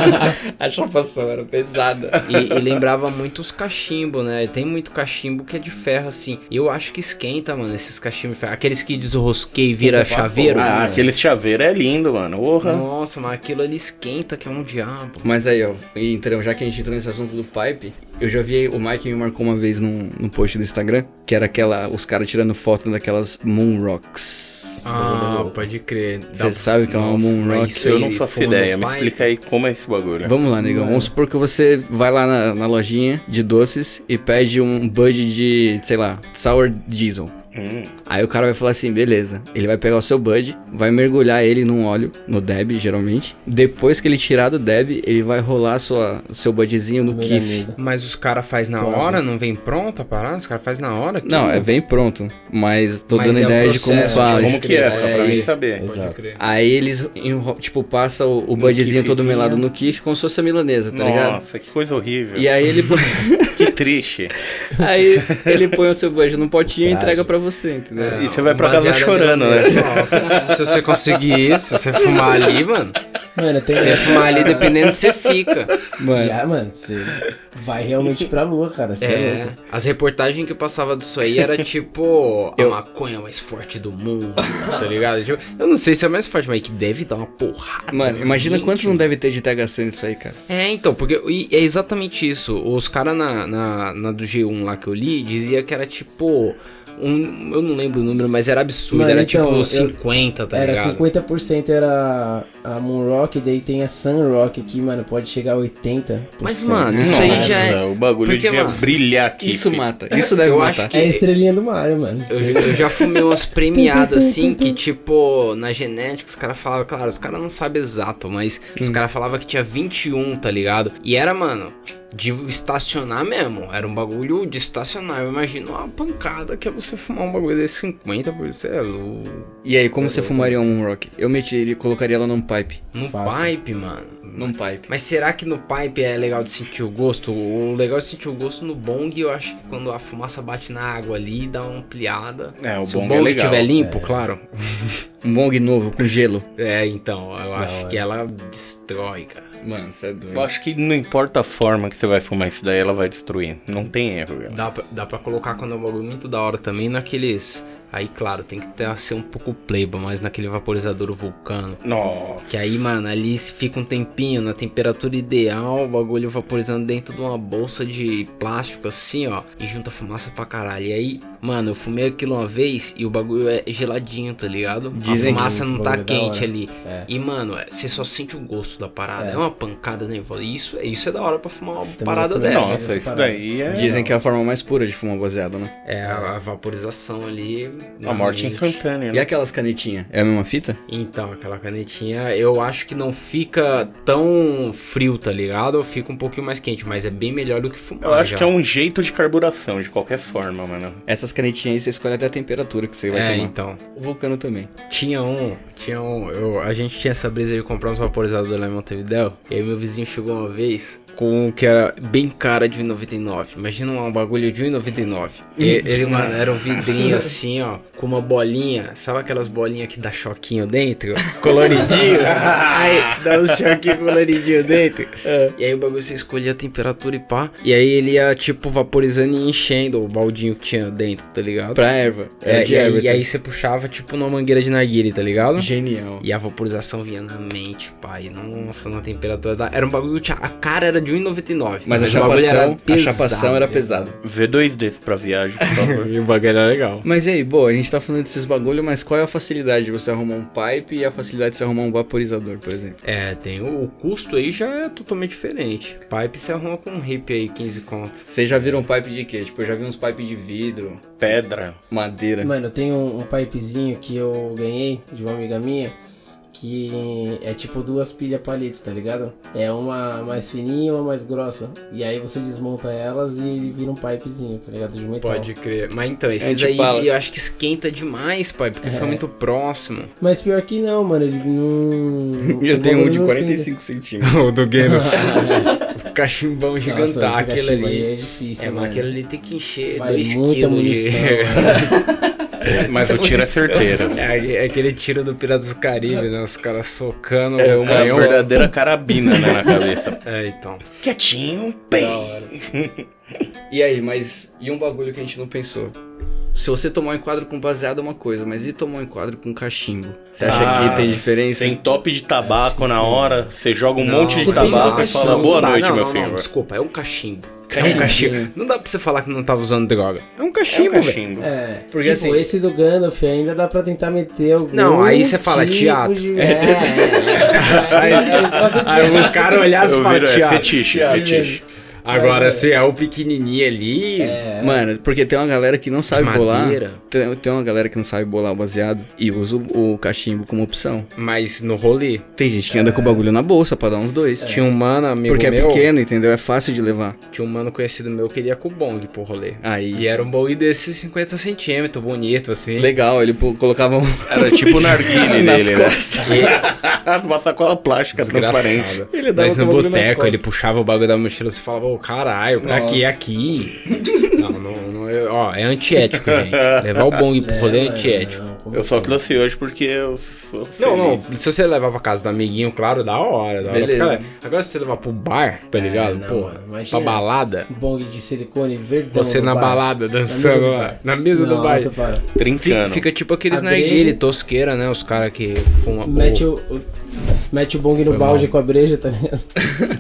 S1: (laughs) a chapação era pesada.
S2: E, e lembrava muito os cachimbo, né? Tem muito cachimbo que é de ferro, assim. E eu acho que esquenta, mano, esses cachimbos de ferro. Aqueles que desrosqueia e vira chaveiro. né?
S3: Ah, aquele chaveiro é lindo, mano. Porra.
S2: Nossa, mas aquilo ali esquenta que é um diabo.
S1: Mas aí, ó, então, já que a gente entrou nesse assunto do pipe, eu já vi o Mike me marcou uma vez num, num post do Instagram, que era aquela, os caras tirando foto daquelas Moon Rocks.
S4: é
S2: Ah, pode crer. Dá
S1: Você
S2: pra-
S1: sabe que é uma
S2: Nossa,
S1: Moon
S2: mas
S1: Rock?
S2: isso
S3: é Eu
S2: aí,
S3: não faço
S2: fumo no
S3: ideia. Me
S2: pai.
S3: explica aí como é esse bagulho.
S1: Vamos lá, negão. Vamos supor que você vai lá na, na lojinha de doces e pede um bud de, sei lá, sour diesel.
S3: Hum,
S1: Aí o cara vai falar assim, beleza. Ele vai pegar o seu bud, vai mergulhar ele num óleo, no deb, geralmente. Depois que ele tirar do deb, ele vai rolar sua, seu budzinho no
S4: No meio da
S1: kiff.
S2: (laughs)
S4: mesa.
S2: Mas os caras faz na
S4: Suave.
S2: hora, não vem pronta a parada? Os caras faz na hora? que-
S1: Não, é bem pronto, mas tô
S2: Mas
S1: dando
S2: é o
S1: ideia de como
S2: processo,
S1: faz.
S3: Como que é? Só pra mim
S1: isso.
S3: saber.
S4: Exato.
S1: Aí eles, enro- tipo, passa o, o budzinho todo
S3: kiffzinho.
S1: melado no kiff como se fosse a milanesa, tá ligado?
S3: Nossa, que coisa horrível.
S1: E aí ele põe, (laughs)
S2: é-
S3: Que triste.
S1: aí ele põe o seu bud num potinho e
S4: Trágico.
S1: entrega pra você, entendeu?
S2: É.
S3: E você vai pra casa
S2: Baseado
S3: chorando,
S2: na
S3: né?
S2: Nossa, se você conseguir isso, se você fumar ali, mano.
S4: Mano, tem
S2: Se você fumar ali, dependendo, você fica.
S1: Mano,
S4: (laughs) Já, mano, você vai realmente pra lua, cara. Você é,
S2: É,
S4: louco.
S2: as reportagens que eu passava disso aí era tipo a maconha mais forte do mundo, tá ligado? Tipo, eu não sei se é a mais forte, mas que deve dar uma porrada.
S1: mano,
S2: né?
S1: imagina
S2: Gente,
S1: quanto não deve ter de THC nisso aí, cara.
S2: É, então, porque e é exatamente isso. Os caras na, na, na do G1 lá que eu li dizia que era tipo. Um, eu não lembro o número, mas era absurdo.
S4: Mano,
S2: era
S4: então,
S2: tipo
S4: eu-
S2: 50, tá
S4: Era
S2: ligado?
S4: 50% era a Moon Rock, daí tem a Sun Rock aqui, mano, pode chegar a 80%.
S2: Mas, mano, (laughs) isso aí
S3: Nossa,
S2: já é.
S3: o bagulho
S2: Porque,
S3: de ia
S2: mano,
S3: brilhar aqui.
S1: Isso
S3: filho.
S1: mata, isso deve
S2: Eu
S1: matar.
S2: acho que-
S4: É a estrelinha do Mario, mano.
S2: Eu,
S4: Isso aí.
S2: eu já fumei umas premiadas assim, que tipo, na genética os caras falavam,
S3: Hum.
S2: claro, os caras não sabem exato, mas os caras falavam que tinha 21, tá ligado? um, E era, mano, de estacionar mesmo. Era um bagulho de estacionar. Eu imagino uma pancada que é você fumar um bagulho desse 50 por você é louco.
S1: E aí, como
S2: é
S1: você fumaria um rock? Eu metiria, colocaria ela num pipe.
S2: No
S4: Fácil.
S2: pipe, mano.
S1: Num pipe.
S2: Mas será que no pipe é legal de sentir o gosto? O legal de sentir o gosto no bong, eu acho que quando a fumaça bate na água ali, dá uma ampliada.
S3: É, o
S2: Se o
S3: bong
S2: bong
S3: é legal.
S2: estiver limpo, claro.
S1: Um bong novo com gelo.
S2: É, então, eu acho
S4: é.
S2: que ela destrói, cara.
S1: Mano, você é
S3: Eu
S1: doido.
S3: acho que não importa a forma que você vai fumar isso daí, ela vai destruir. Não tem erro, velho.
S2: Dá pra, dá pra colocar quando é um bagulho muito da hora também naqueles. Aí, claro, tem que ter, ser um pouco pleba, mas naquele vaporizador vulcano.
S3: Nossa.
S2: Que aí, mano, ali se fica um tempinho na temperatura ideal, o bagulho vaporizando dentro de uma bolsa de plástico assim, ó, e junta fumaça pra caralho. E aí, mano, eu fumei aquilo uma vez e o bagulho é geladinho, tá ligado?
S4: Dizem que
S2: a fumaça
S4: esse
S2: não tá
S4: bagulho é da
S2: quente
S4: hora.
S2: ali. E, mano, é- você só sente o gosto da parada. É, uma pancada nervosa. E Isso, isso é da hora pra fumar uma
S4: Também assim.
S2: parada
S4: já fumei.
S2: dessa.
S3: Nossa, isso daí é.
S1: Dizem que é a forma mais pura de fumar baseado, né?
S2: É, a a vaporização ali.
S3: A morte
S2: realmente.
S3: instantânea,
S1: E
S3: né?
S1: aquelas canetinhas? É a mesma fita?
S2: Então, aquela canetinha, eu acho que não fica tão frio, tá ligado? Fica um pouquinho mais quente, mas é bem melhor do que fumar.
S3: Eu acho
S2: Ah, já.
S3: que é um jeito de carburação, de qualquer forma, mano.
S1: Essas canetinhas aí você escolhe até a temperatura que você vai
S2: É,
S1: tomar.
S2: então.
S1: O vulcano também.
S2: Tinha um, tinha um. eu- a gente tinha essa brisa de comprar uns vaporizadores lá em Montevideo. E aí meu vizinho chegou uma vez com um que era bem cara de 1,99. Imagina um bagulho de 1,99. E Ele, mano, era um vidrinho assim, ó, com uma bolinha. Sabe aquelas bolinhas que dá choquinho dentro? Coloridinho. aí dá um choquinho coloridinho dentro. E aí o bagulho você escolhia a temperatura e pá. E aí ele ia, tipo, vaporizando e enchendo o baldinho que tinha dentro, tá ligado?
S1: Pra erva. Era
S2: É,
S1: de
S2: e,
S1: erva,
S2: aí, e aí
S1: assim.
S2: você puxava tipo numa mangueira de narguile, tá ligado?
S1: Genial.
S2: E a vaporização vinha na mente, pai. Nossa, na temperatura da... Era um bagulho... tinha- A cara era de 1,99.
S1: Mas a
S2: o bagulho
S1: chapação, a
S2: pesado.
S1: chapação era pesada.
S3: Vê dois desses pra viagem, por
S2: (laughs)
S3: favor.
S2: E o bagulho era legal.
S1: Mas e aí, boa, a gente tá falando desses bagulho, mas qual é a facilidade de você arrumar um pipe e a facilidade de você arrumar um vaporizador, por exemplo?
S2: É, tem... O, o custo aí já é totalmente diferente. Pipe você arruma com um hip aí, 15 conto.
S1: Vocês já viram pipe de quê? Tipo, eu já vi uns pipe de vidro,
S3: Pedra.
S1: madeira.
S4: Mano, eu tenho um, um pipezinho que eu ganhei de uma amiga minha. Que é tipo duas pilhas palito, tá ligado? É uma mais fininha e uma mais grossa. E aí você desmonta elas e vira um pipezinho, tá ligado? De metal.
S2: Pode crer. Mas então, esses aí
S1: Antipala.
S2: eu acho que esquenta demais, pai. Porque fica muito próximo.
S4: Mas pior que não, mano. Ele não.
S1: Eu
S4: o
S1: tenho um
S4: bagulho
S1: de
S4: não esquenta.
S1: 45 centímetros.
S2: (laughs) o do game. (laughs) o cachimbão
S4: Nossa,
S2: gigantão.
S4: esse
S2: Aquele
S4: cachimbo
S2: ali.
S4: aí é difícil,
S2: É,
S4: mano.
S2: mas aquele ali tem que encher
S4: Vai
S2: dois
S4: muita
S2: quilos
S4: munição,
S2: (laughs)
S3: Mas o tiro é certeiro.
S2: de... é, é aquele tiro do Piratas do Caribe, né? Os caras socando...
S3: É
S2: o
S3: uma
S2: canhão.
S3: verdadeira carabina né, na cabeça.
S2: (laughs) É, então.
S3: Quietinho, bem.
S1: E aí, mas e um bagulho que a gente não pensou? Se você tomar um enquadro com baseado é uma coisa, mas e tomar um enquadro com cachimbo? Você acha
S3: Ah,
S1: que tem diferença? É
S3: Sem top de tabaco na hora, você joga um
S2: Não,
S3: monte de
S2: depende do
S3: tabaco e
S4: cachimbo.
S3: fala boa
S2: Não dá,
S3: noite,
S2: não,
S3: meu
S2: não,
S3: filho.
S2: Não, desculpa, é um cachimbo. É um
S1: Cachimbinho.
S2: cachimbo. Não dá pra você falar que não tava usando droga. É um
S3: É um
S2: cachimbo, velho.
S3: cachimbo.
S4: É,
S1: Porque,
S4: tipo,
S1: assim-
S4: esse do Gandalf ainda dá pra tentar meter algum
S2: Não, aí você fala
S4: tipo
S2: teatro. (laughs)
S4: De...
S3: (laughs)
S4: É, é, é. Aí a resposta é teatro.
S2: Aí o cara olhasse
S3: Eu
S2: pra
S3: viro, é
S2: teatro.
S3: fetiche,
S4: Teatro.
S3: fetiche. (laughs)
S2: Agora, se é o pequenininho ali...
S1: Mano, porque tem uma galera que não É. sabe bolar.
S2: Madeira.
S1: Tem, tem uma galera que não sabe bolar o baseado e usa o, o cachimbo como opção.
S2: Mas no rolê,
S1: Tem gente que anda com o bagulho na bolsa pra dar uns dois.
S2: tinha um mano amigo
S1: É. Porque é
S2: meu...
S1: pequeno, entendeu? É fácil de levar.
S2: Tinha um mano conhecido meu que ele ia com o bong pro rolê.
S1: Aí.
S2: E era um bong desses 50 centímetros, bonito, assim.
S1: Legal, ele pô- colocava um.
S3: é
S1: (laughs)
S3: Era tipo o narguile
S1: nas
S3: dele, né?
S1: costas.
S3: Uma sacola plástica transparente.
S2: Desgraçado.
S1: Ele dava
S2: Mas no
S1: com o bagulho nas
S2: boteco,
S1: costas.
S2: ele puxava o bagulho da mochila e você falava, ô caralho, pra
S1: Nossa.
S2: que aqui? não, não, não, eu- ó, é antiético, gente. Levar o bong pro rolê é,
S4: mano,
S2: antiético.
S4: não, como
S3: Eu só
S4: assim?
S3: trouxe hoje porque eu sou
S2: Não, não,
S3: feliz.
S2: se você levar pra casa do amiguinho, claro, da hora, da hora.
S1: Beleza.
S2: pra caralho. Agora se você levar pro bar, tá ligado?
S4: não,
S2: Porra,
S4: mano,
S2: pra
S4: imagina.
S2: balada,
S4: Bong de silicone verdão.
S2: você
S4: no
S2: na
S4: bar.
S2: balada dançando lá, na mesa do bar.
S4: Nossa, para.
S2: Fica,
S3: Trincando.
S2: fica tipo aqueles
S4: A breja-
S2: narguilé tosqueira, né? Os caras que fumam.
S4: Mete o, o- mete o bong no
S2: Foi
S4: balde
S2: mal.
S4: com a breja, tá ligado?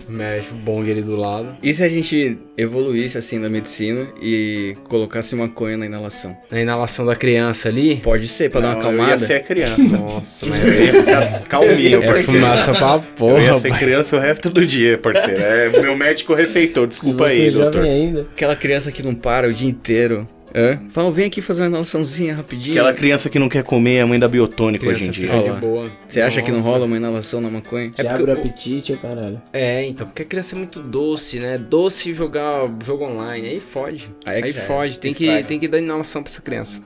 S2: Mexe o bong ali do lado.
S1: E se a gente evoluísse assim na medicina e colocasse maconha na inalação?
S2: Na inalação da criança ali.
S1: Pode ser, pra dar uma
S3: Não, eu ia
S1: acalmada.
S3: ser criança.
S2: Nossa,
S3: Eu ia
S2: (laughs)
S3: ficar calminho,
S2: É
S3: parceiro.
S2: fumaça pra
S3: Eu ia
S2: porra,
S3: ser
S2: pai.
S3: criança o resto do dia, parceiro. É, meu médico receitou,
S4: Se
S2: (laughs)
S3: desculpa
S4: você é
S3: aí,
S4: jovem
S3: doutor.
S4: ainda.
S1: Aquela criança que não para o dia inteiro. É? Falam, vem aqui fazer uma inalaçãozinha rapidinho.
S3: Aquela criança que não quer comer é a mãe da biotônica hoje em dia.
S2: fica de
S1: Olha lá.
S2: boa.
S1: Você acha que não
S2: Nossa.
S1: rola uma inalação na maconha? É,
S4: Já abre o apetite, ô caralho.
S2: É, então, porque a criança é muito doce, né? Doce jogar jogo online, aí fode.
S1: Aí é
S2: Aí,
S1: que já é.
S2: fode, tem que,
S1: Estraga.
S2: tem que dar inalação pra essa
S1: (laughs)
S2: criança.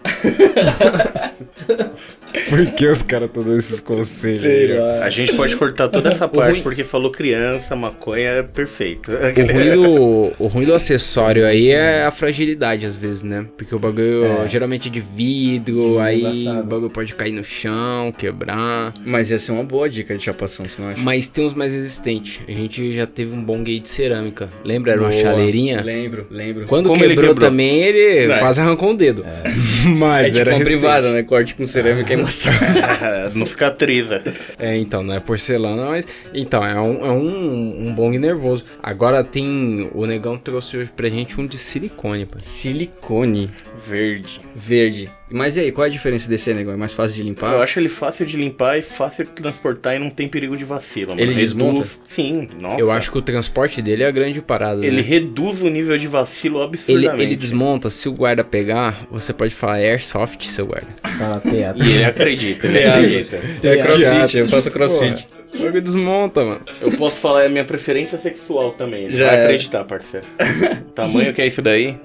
S2: Por que os caras estão dando esses conselhos?
S3: A gente pode cortar
S2: (laughs)
S3: toda essa parte porque falou criança, maconha, é perfeito. (laughs)
S2: O ruim,
S1: é.
S2: do, o ruim do acessório aí é a fragilidade, às vezes, né? Porque o bagulho
S4: É.
S2: geralmente é de vidro,
S4: Vidro
S2: aí
S4: embaçado.
S2: o bagulho pode cair no chão, quebrar.
S1: Mas ia ser uma boa dica de chapação, se não acha?
S2: Mas tem uns mais resistentes. A gente já teve um bom gay de cerâmica. Lembra? Era uma
S1: Boa.
S2: chaleirinha?
S1: Lembro, lembro.
S2: Quando
S3: Como ele
S2: quebrou,
S3: quebrou?
S2: também, ele
S1: Não, é.
S2: quase arrancou um dedo.
S1: É
S2: (laughs) Mas
S1: tipo
S2: era
S1: uma
S2: resistente.
S1: privada, né? Corte com cerâmica e maçã.
S3: não cicatriza.
S2: É, então, não é porcelana, mas. Então, é um, é um, um bong nervoso. Agora tem. O negão trouxe hoje pra gente um de silicone,
S1: (laughs)
S2: pai.
S1: Silicone
S3: Verde.
S1: verde. Mas e aí, qual é a diferença desse aí, negócio? É mais fácil de
S3: Eu
S1: limpar?
S3: acho ele fácil de limpar e fácil de transportar e não tem perigo de vacilo. mano.
S1: Ele desmonta?
S3: Sim, nossa.
S2: Eu acho que o transporte dele é a grande parada.
S3: Ele
S2: né?
S3: reduz o nível de vacilo
S2: ele,
S3: absurdamente.
S2: ele desmonta, se o guarda pegar, você pode falar airsoft,
S1: (laughs)
S2: seu guarda.
S3: (laughs)
S4: Fala, teatro.
S3: E ele
S2: (laughs)
S3: acredita, ele acredita.
S1: É crossfit, eu faço crossfit.
S2: O jogo desmonta, mano.
S3: Eu posso falar, é minha preferência sexual também. Ele
S1: Já
S3: vai
S1: era.
S2: (laughs)
S3: acreditar, parceiro. Tamanho que é isso daí?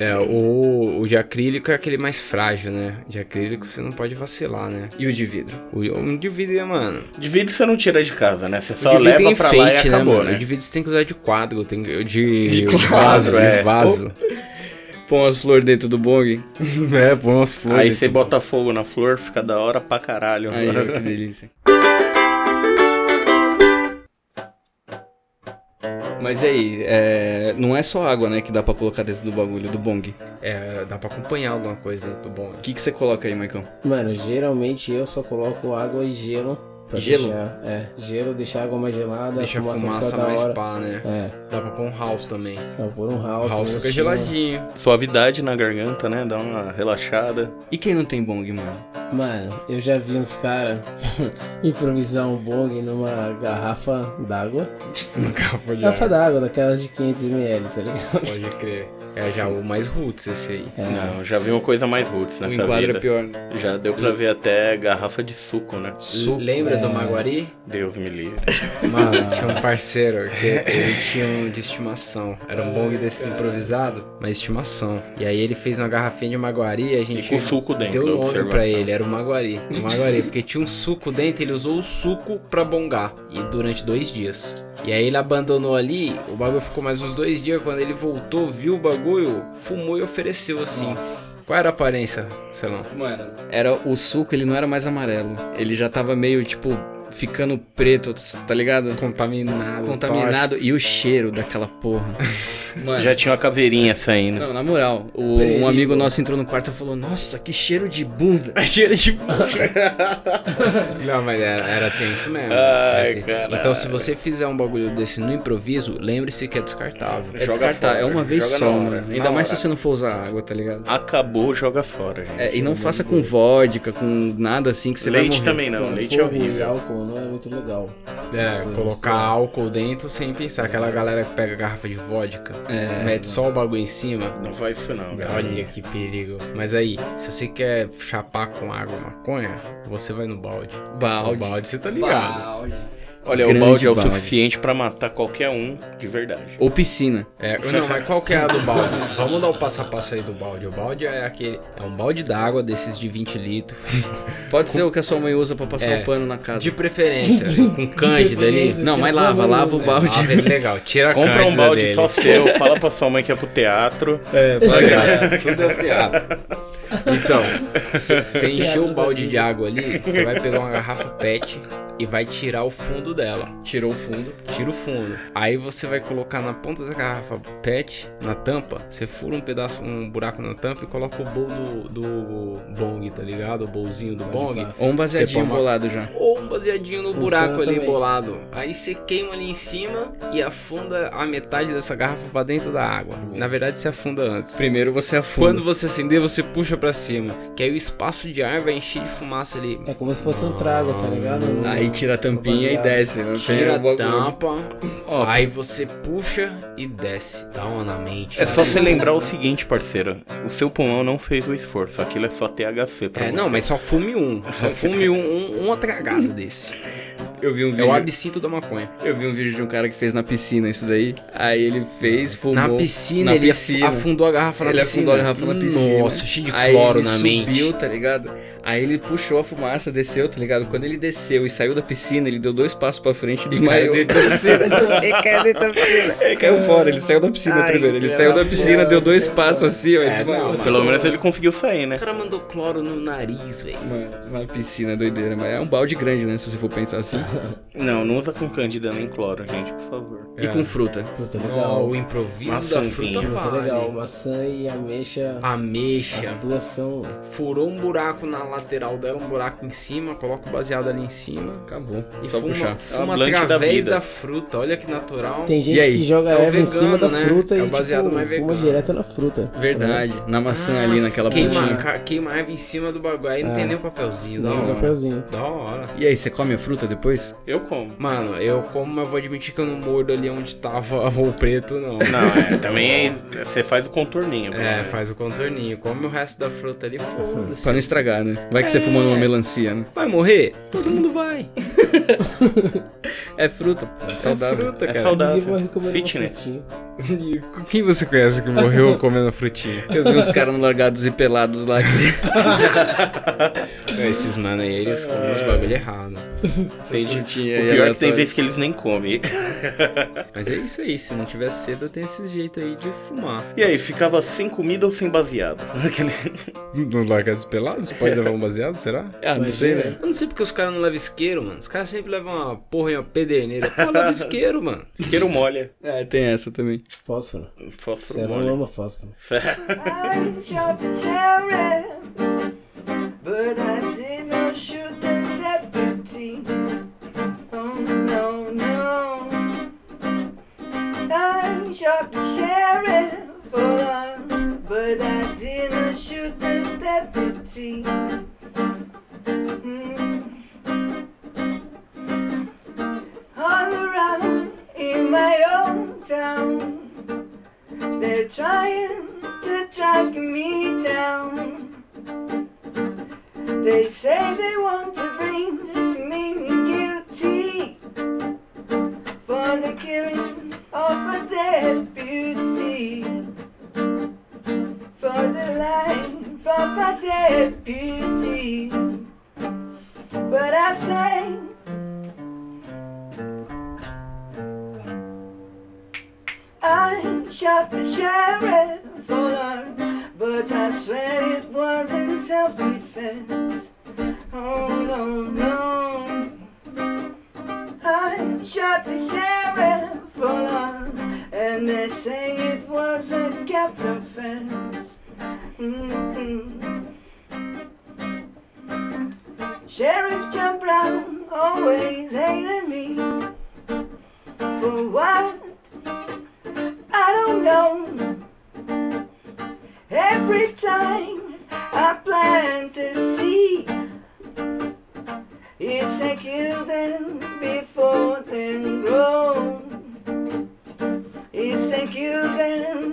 S2: É, o, o de acrílico é aquele mais frágil, né? De acrílico você não pode vacilar, né?
S1: E o de vidro?
S2: O, o indivíduo, mano.
S3: De vidro você não tira de casa, né? Você
S2: O
S3: só
S2: de vidro
S3: leva
S2: tem
S3: pra lá e
S2: enfeite,
S3: acabou,
S2: mano?
S3: né?
S2: O de vidro você tem que usar de quadro, tem que, de, de
S3: quadro,
S2: vaso,
S3: é.
S2: de
S3: (laughs)
S2: vaso.
S1: Põe umas flores dentro do bong.
S2: É, põe umas flores.
S3: Aí você bota fogo na flor, fica da hora pra caralho.
S1: Aí, ó, que delícia. Mas e aí, é, não é só água, né, que dá pra colocar dentro do bagulho, do bong.
S2: É, dá pra acompanhar alguma coisa dentro do bom.
S1: O que que você coloca aí, Maicon?
S4: Mano, geralmente eu só coloco água e gelo. Pra
S1: Gelo?
S4: Deixar, é, gelo, deixar a água mais gelada,
S2: Deixa a
S4: fumaça,
S2: fumaça
S4: ficar da
S2: mais
S4: hora.
S2: pá, né?
S4: É,
S2: Dá pra pôr um house também.
S4: então por um house.
S2: house
S4: um
S2: fica
S4: gostinho.
S2: geladinho.
S3: (laughs)
S4: (laughs)
S3: Suavidade na garganta, né? Dá uma relaxada.
S1: E quem não tem bong, mano?
S4: Mano, eu já vi uns caras (laughs) improvisar um bong numa garrafa d'água. Garrafa d'água, daquelas de 500ml, tá ligado?
S2: Pode crer. É já o mais roots esse aí.
S3: Não, já vi uma coisa mais roots
S1: O
S3: nessa
S1: É. enquadro
S3: vida.
S1: é pior, né?
S3: Já deu pra ver até garrafa de suco, né?
S2: Lembra
S4: é.
S2: do Maguari?
S3: Deus me livre.
S2: Mano,
S4: (laughs)
S2: tinha um parceiro que
S3: (laughs) É.
S2: ele tinha um de estimação. Era um bong desses improvisado, mas estimação. E aí ele fez uma garrafinha de Maguari e a
S3: E
S2: gente
S3: com suco dentro, né,
S2: deu um nome
S3: observação.
S2: pra ele. Era o Maguari. O
S3: (laughs)
S2: Maguari, porque tinha um suco dentro, ele usou o suco pra bongar. E durante dois dias. E aí ele abandonou ali, o bagulho ficou mais uns dois dias. Quando ele voltou, viu o bagulho, fumou e ofereceu assim. Qual era a aparência, Celão?
S1: Como era? Era o suco, ele não era mais amarelo. Ele já tava meio, tipo, ficando preto, tá ligado?
S2: Contaminado.
S1: Contaminado. E o cheiro daquela
S3: (laughs)
S1: porra. Mano,
S3: Já tinha uma caveirinha saindo.
S1: Não, na moral, o-
S4: Perigo.
S1: um amigo nosso entrou no quarto e falou: Nossa, que cheiro de bunda. (laughs) cheiro de bunda.
S2: Não, mas era, era tenso mesmo.
S3: Ai,
S2: Era tenso.
S3: caralho.
S2: Então, se você fizer um bagulho desse no improviso, lembre-se que é descartável.
S1: É
S3: Joga
S1: descartar,
S3: fora,
S1: é uma vez
S3: joga
S1: só,
S3: na hora,
S1: mano.
S3: na
S1: Ainda mais
S3: hora.
S1: se você não for usar água, tá ligado?
S3: Acabou, joga fora, gente.
S1: É, e não faça com vodka, com nada assim que você
S3: leite
S1: vai morrer.
S3: também não,
S4: Mano,
S3: leite é
S4: fogo e
S3: horrível.
S4: álcool não é muito legal.
S2: É,
S4: Sim, sim.
S2: colocar álcool dentro sem pensar. Aquela galera que pega garrafa de vodka, mete só o bagulho em cima.
S3: Não faz isso não, cara.
S2: É. Olha que perigo. Mas aí, se você quer chapar com água maconha, você vai no balde.
S1: Balde.
S2: O balde você tá ligado.
S3: Olha, o
S1: Grande
S3: balde é o
S1: balde.
S3: suficiente pra matar qualquer um, de verdade.
S1: Ou piscina.
S2: É, não, mas qual que é a (laughs) do balde? Vamos dar o passo a passo aí do balde. O balde é aquele. É um balde d'água desses de 20 litros.
S1: Pode ser o que a sua mãe usa pra passar
S2: É.
S1: o pano na casa.
S2: De preferência, (laughs) com cândida ali.
S4: preferência.
S1: Não,
S4: Que
S1: mas
S4: a sua
S1: lava,
S4: mãe
S1: lava
S4: usa.
S1: o balde.
S2: Ah, velho, legal, tira a
S3: Compra um
S2: Cândida
S3: balde
S2: dele.
S3: só seu, fala pra sua mãe que é pro teatro.
S2: É, legal, tudo é teatro. Então, você encheu o
S4: é Teatro da
S2: balde
S4: vida.
S2: de água ali, você vai pegar uma garrafa PET e vai tirar o fundo dela.
S1: (laughs) Tirou o fundo.
S2: Tira o fundo. Aí você vai colocar na ponta da garrafa PET, na tampa, você fura um pedaço, um buraco na tampa e coloca o bowl do, do bong, tá ligado? O bolzinho do
S4: Pode
S2: bong.
S4: pá.
S1: Ou um baseadinho
S2: põe uma-
S1: bolado já.
S2: Ou um baseadinho no
S4: Funciona
S2: buraco ali
S4: também.
S2: bolado. Aí você queima ali em cima e afunda a metade dessa garrafa pra dentro da água. Na verdade, você afunda antes.
S1: Primeiro você afunda.
S2: Quando você acender, você puxa pra cima. Que aí o espaço de ar vai encher de fumaça ali.
S4: É como se fosse um trago, tá ligado? Não-
S1: Aí Aí tira a tampinha e
S4: Rapaziada.
S1: desce. Não
S2: Tira
S1: É, tem o
S2: a
S1: bagulho.
S2: tampa,
S3: Ó,
S2: aí você puxa e desce. Dá uma na mente.
S3: É só você lembrar o seguinte, parceiro. O seu pulmão não fez o esforço. Aquilo é só THC pra
S2: É,
S3: você.
S2: não, mas só fume um.
S1: (laughs)
S2: Só fume um, um, uma tragada desse.
S1: Eu vi um
S2: É o
S1: vídeo.
S2: absinto da maconha.
S1: Eu vi um vídeo de um cara que fez na piscina isso daí. Aí ele fez, fumou.
S2: na piscina,
S1: na
S2: ele
S1: piscina.
S2: afundou a garrafa na
S1: Ele
S2: piscina.
S1: afundou a garrafa na piscina.
S2: Nossa, cheio de
S1: Aí
S2: cloro
S1: ele
S2: na
S1: subiu,
S2: mente.
S1: tá ligado? Aí ele puxou a fumaça, desceu, tá ligado? Quando ele desceu e saiu da piscina, ele deu dois passos pra frente e desmaiou. Ele (laughs) caiu dentro da piscina. (laughs) Ele caiu fora, ele saiu da piscina primeiro. Ele saiu da piscina, deu dois passos assim, ó, e desmaiou.
S3: Pelo menos ele conseguiu sair, né?
S2: O cara mandou cloro no nariz, velho.
S1: Mano, uma piscina é doideira, mas é um balde grande, né? Se você for pensar assim.
S3: Não, não usa com cândida nem cloro, gente, por favor.
S1: E com fruta.
S4: Fruta
S2: Ó,
S4: Tá legal. Um
S2: o improviso da
S3: Maçãzinha.
S2: fruta tá
S4: Fruta
S2: vale.
S4: legal. Maçã e ameixa. As
S2: Ameixa.
S4: duas são.
S2: Furou um buraco na lateral dela, um buraco em cima, coloca o baseado ali em cima.
S1: Acabou.
S2: E
S1: Só
S2: fuma, Tá
S1: puxar.
S3: É
S2: fuma
S3: uma blunt da
S2: através
S3: vida.
S2: da, fruta. Olha que natural.
S4: Tem gente
S1: E aí?
S4: que joga
S2: É o
S4: erva em cima da
S2: vegano, né?
S4: fruta
S2: É o
S4: e
S2: baseado
S4: tipo,
S2: mais
S4: fuma
S2: vegano.
S4: direto na fruta. tá ligado?
S1: Verdade. Na maçã ali, naquela
S2: Ah, queima,
S1: pontinha.
S2: ca- queima a erva em cima do bagulho. Aí não tem nem o papelzinho. É. Da
S4: Não,
S2: hora.
S4: papelzinho.
S2: Da hora.
S1: E aí, você come a fruta depois?
S3: Eu como.
S2: Mano, eu como, mas vou admitir que eu não mordo ali onde tava (laughs) o preto, (laughs) não.
S3: Não, é, também é, você faz o contorninho. pelo
S2: É,
S3: menos.
S2: faz o contorninho. Come o resto da fruta ali, foda-se.
S1: Pra não estragar, né? Vai que você fumou numa melancia, né?
S2: Vai morrer? Todo mundo vai. (laughs)
S1: É fruta, pô.
S2: É
S1: Saudável.
S2: fruta, cara.
S3: É
S4: Ninguém
S3: saudável.
S4: morre comendo uma
S3: Fitness.
S4: frutinha.
S2: E (laughs) Quem você conhece que morreu comendo frutinha?
S1: Eu vi uns caras largados e pelados lá. Que...
S2: Esses mano aí, eles comem os bagulho errado.
S1: frutinha
S3: O
S1: aí,
S3: pior é que tem
S1: aleatório.
S3: vezes que eles nem comem.
S2: Mas é isso aí, se não tiver cedo, tem esse jeito aí de fumar.
S3: E aí, ficava sem comida ou sem baseado? (laughs) Aquele-
S2: Não largados pelados? Pode levar um baseado, será?
S1: Ah, não sei, né?
S2: Eu não sei porque os caras não levam isqueiro, mano. Os caras sempre levam uma porra e uma pederneira. Pô, (laughs) leva isqueiro, mano.
S3: Isqueiro molha.
S1: É, tem essa também.
S4: Fósforo. Você é
S3: Fósforo
S4: não
S3: (laughs) molha.
S4: ama fósforo.
S6: I shot the sheriff, but I did not shoot the deputy. Oh no, no. I shot the sheriff for love, but I did not shoot the deputy. Mm. All around in my own town. They're trying to track me down. They say they want to bring me guilty for the killing of a deputy. For the life of a deputy. But I say, I shot the sheriff for alarm, but I swear it was in self-defense. Oh no, no. I shot the sheriff for alarm, and they say it was a Mm-hmm. capped offense. Mm-mm. Sheriff John Brown always hated me for what I don't know. Every time I plant a seed, it's I kill them before they grow. It's I kill them